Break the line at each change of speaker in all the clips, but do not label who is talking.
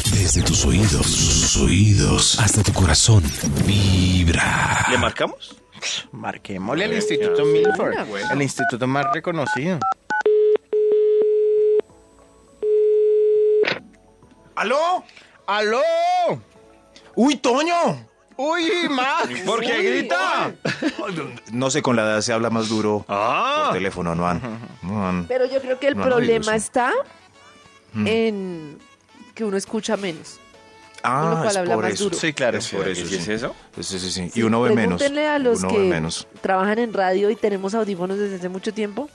Desde tus oídos, sus oídos, hasta tu corazón. Vibra.
Ah.
¿Le marcamos?
Marquémosle al Instituto Milford, el instituto más reconocido.
¡Aló!
¡Aló!
¡Uy, Toño!
¡Uy, Max!
¿Por qué
Uy,
grita?
No sé, con la edad se habla más duro por
¡Ah!
teléfono, no han. no han-
Pero yo creo que el
No, no,
problema
sí. Mm.
está en que uno escucha menos. Con lo
Ah,
cual
es
habla
por
más
eso.
duro.
Sí, claro.
Es por eso.
¿Y si es
sí.
eso?
Sí, sí, sí.
Sí,
Y uno ve menos.
Pregúntenle a los
uno
que
ve menos.
trabajan en radio y tenemos audífonos desde hace mucho tiempo.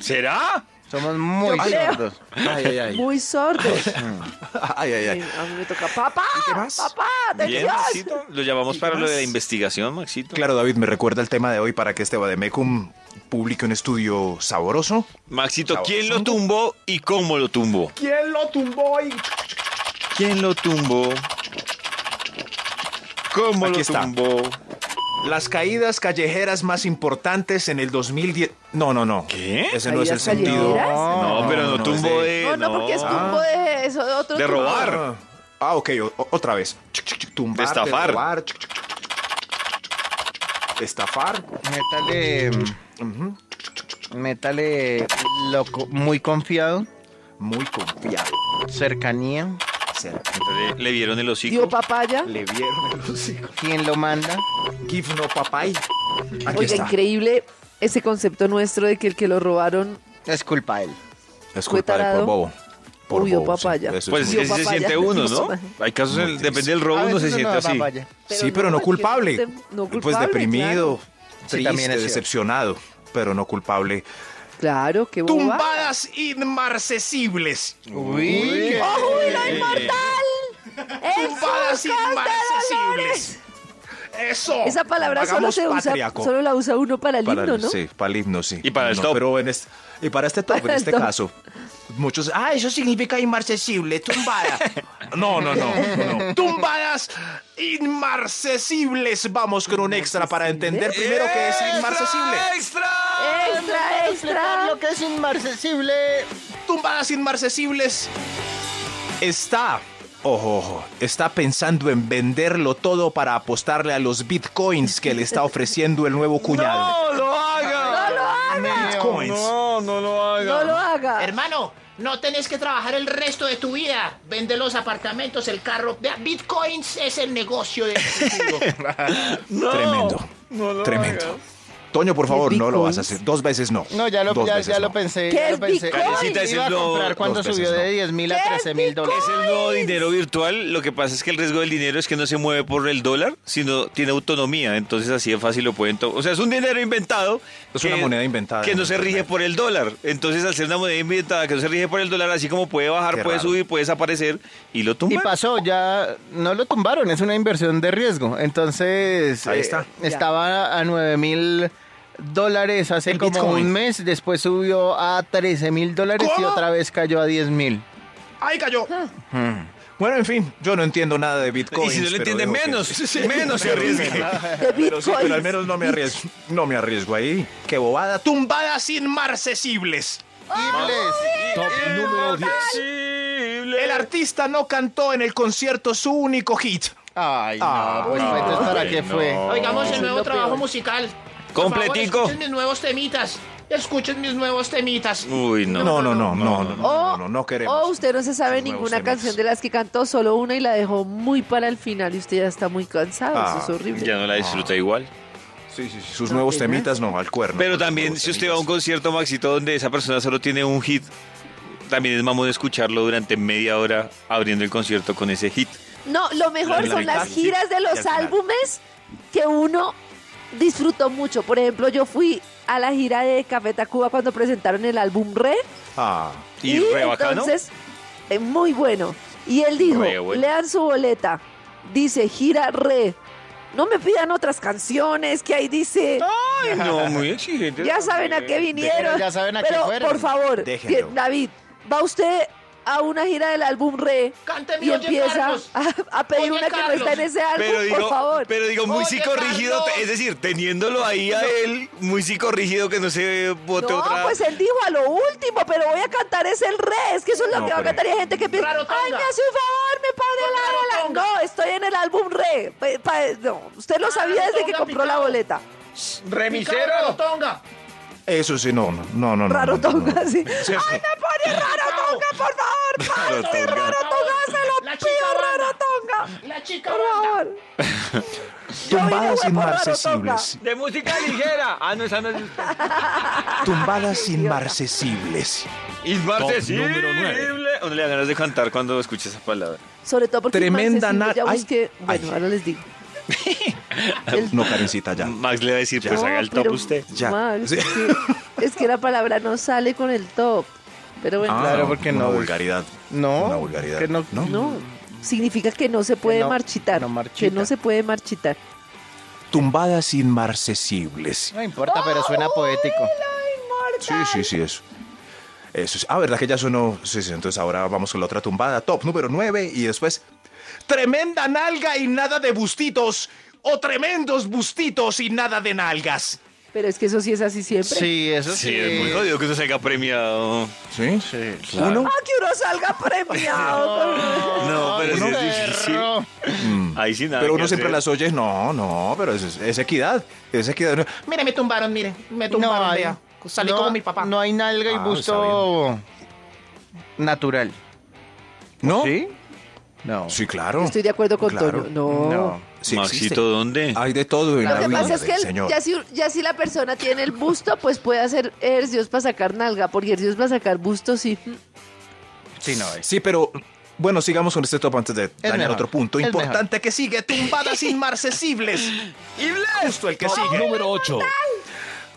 ¿Será?
Somos muy
Yo creo.
sordos.
Ay, ay, ay.
Muy sordos.
Mm. Ay, ay,
Sí,
ay.
a mí me toca, papá,
qué más?
papá,
Bien,
atención.
Maxito. Lo llamamos para lo de la investigación, Maxito.
Claro, David, me recuerda el tema de hoy para que este Bademecum publique un estudio saboroso.
Maxito, ¿quién lo tumbó y cómo lo tumbó?
¿Quién lo tumbó?
¿Quién lo tumbó? ¿Cómo
Aquí
lo
está.
tumbó?
Las caídas callejeras más importantes en el 2010. No, no, no.
¿Qué?
Ese no es el
¿Caídas
sentido.
callejeras?
No, pero no,
es
tumbó
de-
de...
No, no, porque es
Ah.
tumbo de eso, de otro
De
tumbo.
robar.
Ah, ah, ok, o- o- otra vez. Chuc, chuc, chuc, Tumbar,
Destafar.
derrobar, chuc, chuc, chuc, chuc, chuc, chuc, chuc. Estafar.
Métale.
Ujú.
Métale. Loco, muy confiado.
Muy confiado.
Cercanía.
Será.
Ah, Le, le vieron el hocico.
Tío papaya.
Le vieron el hocico.
¿Quién lo manda?
Give no papay. Aquí
Oiga,
está.
increíble ese concepto nuestro de que el que lo robaron
Es culpa él.
Es
Fue
culpa de por
tarado.
bobo. Por
Uy, yo
bobo, sí.
papaya.
Eso
Pues
es
es
muy
que así se
papaya.
siente uno,
Eso
¿no?
es-
Hay casos,
Muy
en-
triste.
depende del
Ah,
robo,
A
uno se
veces
siente
da
así.
papaya.
sí, pero no,
cualquier
culpable.
tem- No culpable.
pues deprimido,
Sí,
triste,
también es cierto.
decepcionado, pero no culpable.
Claro, claro qué boba.
Tumbadas inmarcesibles.
Uy.
¡Lo inmortal! ¡En
Tumbadas
sus costas
inmarcesibles. Eso.
Esa palabra solo
Hagamos
se usa,
patria, co-
solo la usa uno para el
para
himno,
el-
¿no?
Sí, para el himno, sí.
Y para el
No,
top.
Pero en este, y para este top, en
el
este
top.
caso. Muchos, ah, eso significa inmarcesible, tumbada. No, no, no, no, no. Tumbadas inmarcesibles. Vamos con un extra para entender primero que es inmarcesible.
Extra,
Explicar
extra.
lo que es inmarcesible.
Tumbadas inmarcesibles. Está, ojo, ojo, está pensando en venderlo todo para apostarle a los bitcoins que le está ofreciendo el nuevo cuñado.
¡No lo haga!
Bitcoins.
No, no lo
No lo haga.
Hermano, no tenés que trabajar el resto de tu vida. Vende los apartamentos, el carro. Vea, Bitcoins es el negocio del futuro.
Tremendo. tremendo. Toño, por favor,
¿Qué
no lo
bitcoins?
vas a hacer. Dos veces no.
No, ya lo,
Dos
ya,
veces
ya
no.
lo pensé.
¿Qué
ya
es
lo pensé.
Bitcoin?
Carecita, ese
Iba a
es lo-
comprar cuando
dos veces
subió
no.
de 10 mil a
¿Qué es
13 mil dólares.
Es el nuevo dinero virtual. Lo que pasa es que el riesgo del dinero es que no se mueve por el dólar, sino tiene autonomía. Entonces así de fácil lo pueden tomar. O sea, es un dinero inventado.
Es una moneda inventada
Que
en
no se
Internet.
rige por el dólar. Entonces, al ser una moneda inventada que no se rige por el dólar, así como puede bajar,
Qué
puede
raro.
subir, puede desaparecer y lo
Y
tumban.
pasó, ya no lo tumbaron, es una inversión de riesgo. Entonces, eh,
Ahí está.
estaba a 9 mil dólares hace
El
como
Bitcoin.
un mes, después subió a 13 mil dólares y
¿Cómo?
otra vez cayó a 10 mil.
¡Ahí cayó!
Ah.
Bueno, en fin, yo no entiendo nada de bitcoins.
y si no le
pero
entiende
dejo que-
menos, menos se arriesgue.
De
Pero sí, pero al
Bitcoin.
menos no me arriesgo. No me arriesgo ahí. ¡Qué bobada! ¡Tumbadas inmarcesibles!
número
El artista no cantó en el concierto su único hit.
Ay, no,
Ah,
pues
no,
entonces, ¿para
hombre,
qué
no.
fue?
Oigamos
es
el nuevo
lo
trabajo
peor.
musical. Por
Completico.
favor, Escuchen mis nuevos temitas. Escuchen mis nuevos temitas.
Uy, no.
No, no, no, no, no, no, no,
O,
no, no, no queremos.
o Oh, usted no se sabe
Los nuevos
ninguna
temas.
canción de las que cantó, solo una y la dejó muy para el final y usted ya está muy cansado.
Ah,
eso es horrible.
Ya no la disfruta igual.
Sí, sí, sí, Sus
No,
nuevos
tenaz.
temitas no, al cuerno.
Pero
Sus
también,
nuevos
si usted va a un
temitas.
concierto, Maxito, donde esa persona solo tiene un hit, también es mamón escucharlo durante media hora abriendo el concierto con ese hit.
No, lo mejor
La
son
mitad,
las
sí,
giras de
y al
los
final.
álbumes que uno disfrutó mucho. Por ejemplo, yo fui a la gira de Café Tacuba cuando presentaron el álbum Re.
Ah,
Y, re bacano.
entonces, eh, muy bueno. Y él dijo,
Re bueno.
lean su boleta. Dice, gira Re. No me pidan otras canciones que ahí dice.
Ay, no, muy exigente.
Ya saben a qué vinieron.
Pero eh, ya saben a qué
Pero,
fueron.
por favor,
Déjenlo.
que- David, va usted a una gira del álbum Re
Cante mi
y
Oye
empieza
Carlos.
a, a pedir
Oye,
una que no
Carlos.
está en ese álbum,
Pero digo,
por favor.
pero digo, muy
Oye,
psicorrígido,
Carlos.
es decir, teniéndolo ahí a él, muy psicorrígido que no se bote
no,
otra.
pues él dijo a lo último, pero voy a cantar es el re, es que eso es lo
No,
que va a
pero-
cantar y hay gente que piensa,
Raro
ay,
tanga.
me hace un favor, me pone la estoy en el álbum re. Pa- pa- no, usted lo sabía
Ah,
desde que
Tonga,
compró la
picao.
boleta.
Picao,
Remisero.
Tonga.
Eso sí, no, no, no, no. no,
Raro
no, no.
Tonga,
Sí,
sí.
sí.
¡Ay, me pone raro Tonga, por favor!
Raro
¡Parce,
Tonga.
raro Tonga! ¡Se lo
La chica
pido,
banda.
raro Tonga!
La chica
¡Por
banda.
favor! Yo vine,
Tumbadas
güey, por raro
inmarcesibles.
De música ligera. Ah, no, esa no es usted.
Tumbadas inmarcesibles.
Inmarcesible.
Top número nueve.
Uno le da ganas de cantar cuando escucha esa palabra.
Sobre todo porque
Tremenda
Marcesino,
na-
ya
ay,
busqué, bueno,
ay.
ahora les digo.
No, Karencita, ya.
Mm,
Max le va a decir, pues
No,
haga el top
pero,
usted.
Ya.
Max,
Sí.
es, que, es que la palabra no sale con el top. Pero bueno,
Ah,
Claro, porque
una
no.
vulgaridad.
No,
Una vulgaridad.
que no-
no. Significa que no se puede
no-
marchitar.
no
que
marchita.
no se puede marchitar.
Tumbadas inmarcesibles.
No importa, pero suena poético.
Sí, sí, sí, eso. Eso es. Ah, ¿verdad que ya sonó? Sí, sí, entonces ahora vamos con la otra tumbada. Top número 9 y después... Tremenda nalga y nada de bustitos. O tremendos bustitos y nada de nalgas.
Pero es que eso sí es así siempre.
Sí, eso
Sí,
sí.
es muy jodido que uno salga premiado.
¿Sí?
Sí.
Uno.
¡Ah, que uno salga premiado!
No, pero sí
Ay,
es difícil.
perro.
Ahí sí nada.
Pero
que
uno siempre
hacer.
las oye. No, no, pero es, es equidad. Es equidad. No,
Mire, me tumbaron, mire. Me
No
tumbaron,
hay,
vea. Salí
no-
como mi papá.
No hay nalga y
Ah,
busto natural.
¿No?
¿Sí? No.
Sí, claro.
Estoy de acuerdo con
Claro.
Toño. No.
No.
Sí
Maxito,
existe.
¿dónde?
Hay de todo en
Lo
la
que
vida
pasa es que
del
el-
señor.
ya, si, ya si la persona tiene el busto, pues puede hacer ejercicios para sacar nalga, porque ejercicios para sacar busto sí. mm,
Sí, no es.
Sí, pero bueno, sigamos con este top antes de dañar
mejor,
otro punto
el
importante que sigue, tumbadas inmarcesibles. Justo el que
Top
sigue.
número 8.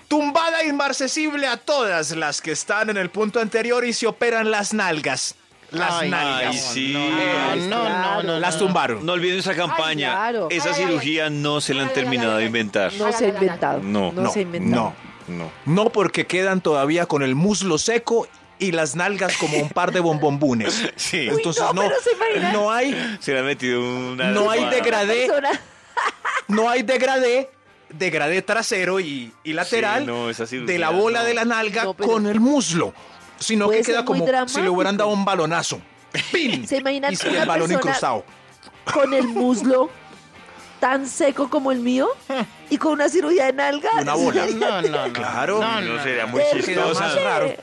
Tumbada inmarcesible a todas las que están en el punto anterior y se operan las nalgas. Las
Ay,
nalgas.
Ay, sí.
No, no, no, no,
Las
no.
tumbaron.
No olviden esa campaña.
Ay, claro.
Esa
Ay, ay,
cirugía no se la han
Ay, ay,
terminado
ay,
de
ay.
inventar.
Ah,
No se ha inventado.
No,
no, se ha inventado.
no, no. No porque quedan todavía con el muslo seco y las nalgas como un par de bombombunes.
Sí.
Entonces
no,
no,
pero se imagina.
no hay,
Se le ha metido una.
No hay
almohada.
degra- Degradé.
Persona-
no hay degradé, degradé trasero y, y lateral
Sí, no, esa cirugía,
de la bola
no.
de la nalga
No, pero-
con el muslo, sino
Puede
que
ser
queda
muy
como si le
dramático.
hubieran dado un balonazo. ¡Pin!
¿Se imaginan
y
que
sigue
una
el balón
persona-
incrustado.
con el muslo tan seco como el mío y con una cirugía de nalga.
Y una bola.
No, no, no.
Claro.
No,
No,
no,
sería
no.
muy
Del-
más
chistosa.
raro.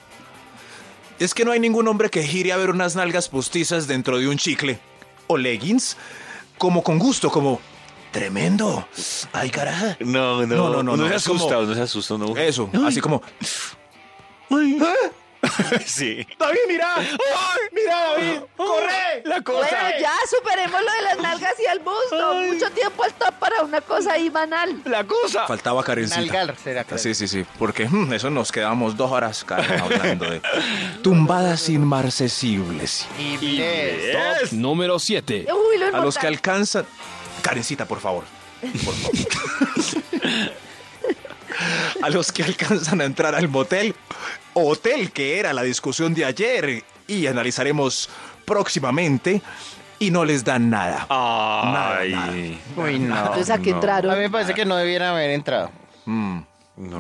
Es que no hay ningún hombre que gire a ver unas nalgas postizas dentro de un chicle o leggings, como con gusto, como tremendo. Ay, caraja.
No, no,
No, no, no,
Uno
no,
se
es como-
asusta, no se asusta, no.
Eso, así como.
Sí.
David, mira. mira, David.
¡Corre!
¡Ah!
La
Bueno, ya superemos lo de las nalgas y el busto. Mucho tiempo al top para una cosa ahí banal.
La cosa.
Faltaba carencita.
Nalgar será claro.
Sí, sí, sí, porque mm, eso nos quedamos dos horas Karen, hablando de tumbadas inmarcesibles.
Y ves.
Top número 7.
Uy, lo
A los que
inmortal.
alcanzan... Karencita, por favor. Por favor. a los que alcanzan a entrar al motel, hotel que era la discusión de ayer y analizaremos próximamente y no les dan nada.
Ah, Ay.
Nada, nada.
Uy, no.
Entonces, ¿a qué entraron?
A mí me parece que no debiera haber entrado.
Mm.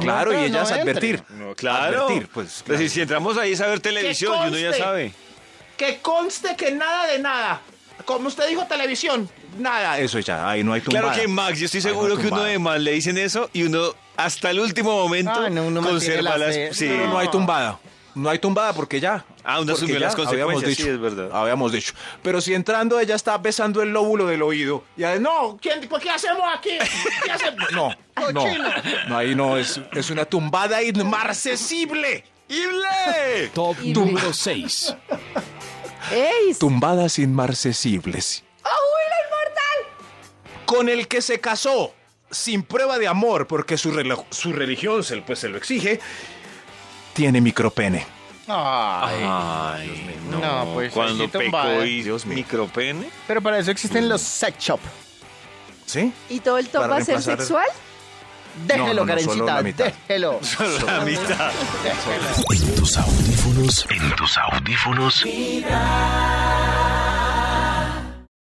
Claro,
No,
y
no
ellas
entre.
advertir.
No, claro.
Advertir, pues, claro.
Es decir, si entramos ahí es a ver televisión y uno ya
conste.
sabe.
Que conste que nada de nada. Como usted dijo, televisión.
Nada, eso ya, ahí no hay tumbada.
Claro que Max, yo estoy
Ahí no hay
seguro que uno
tumbada.
de más le dicen eso y uno hasta el último momento
Ah, no, uno mantiene
conserva
la
las.
fe.
Sí.
Pero no hay tumbada. No hay tumbada porque ya.
Ah, uno
Porque
asumió
ya
las consecuencias,
Habíamos dicho,
sí, es verdad.
Habíamos dicho. Pero si entrando ella está besando el lóbulo del oído. Y ahí, no,
¿Quién, pues, ¿Qué hacemos aquí? ¿Qué hacemos?
no, no. No, ahí no, es, es una tumbada inmarcesible. ¡Ible!
Top
Y-
número 6.
¡Ey!
Tumbadas inmarcesibles. Con el que se casó, sin prueba de amor, porque su, relo- su religión se, pues, se lo exige, tiene micropene.
Ay.
Ay, no.
No, pues,
Cuando
ahí sí tumbada.
pecó y
Dios mío.
micropene.
Pero para eso existen los sex shop.
¿Sí?
¿Y todo el top
Para
va a ser
reemplazar-
sexual?
No,
Déjelo,
no, no, solo
Karencita,
la mitad.
déjelo.
La mitad.
En tus audífonos. En tus audífonos.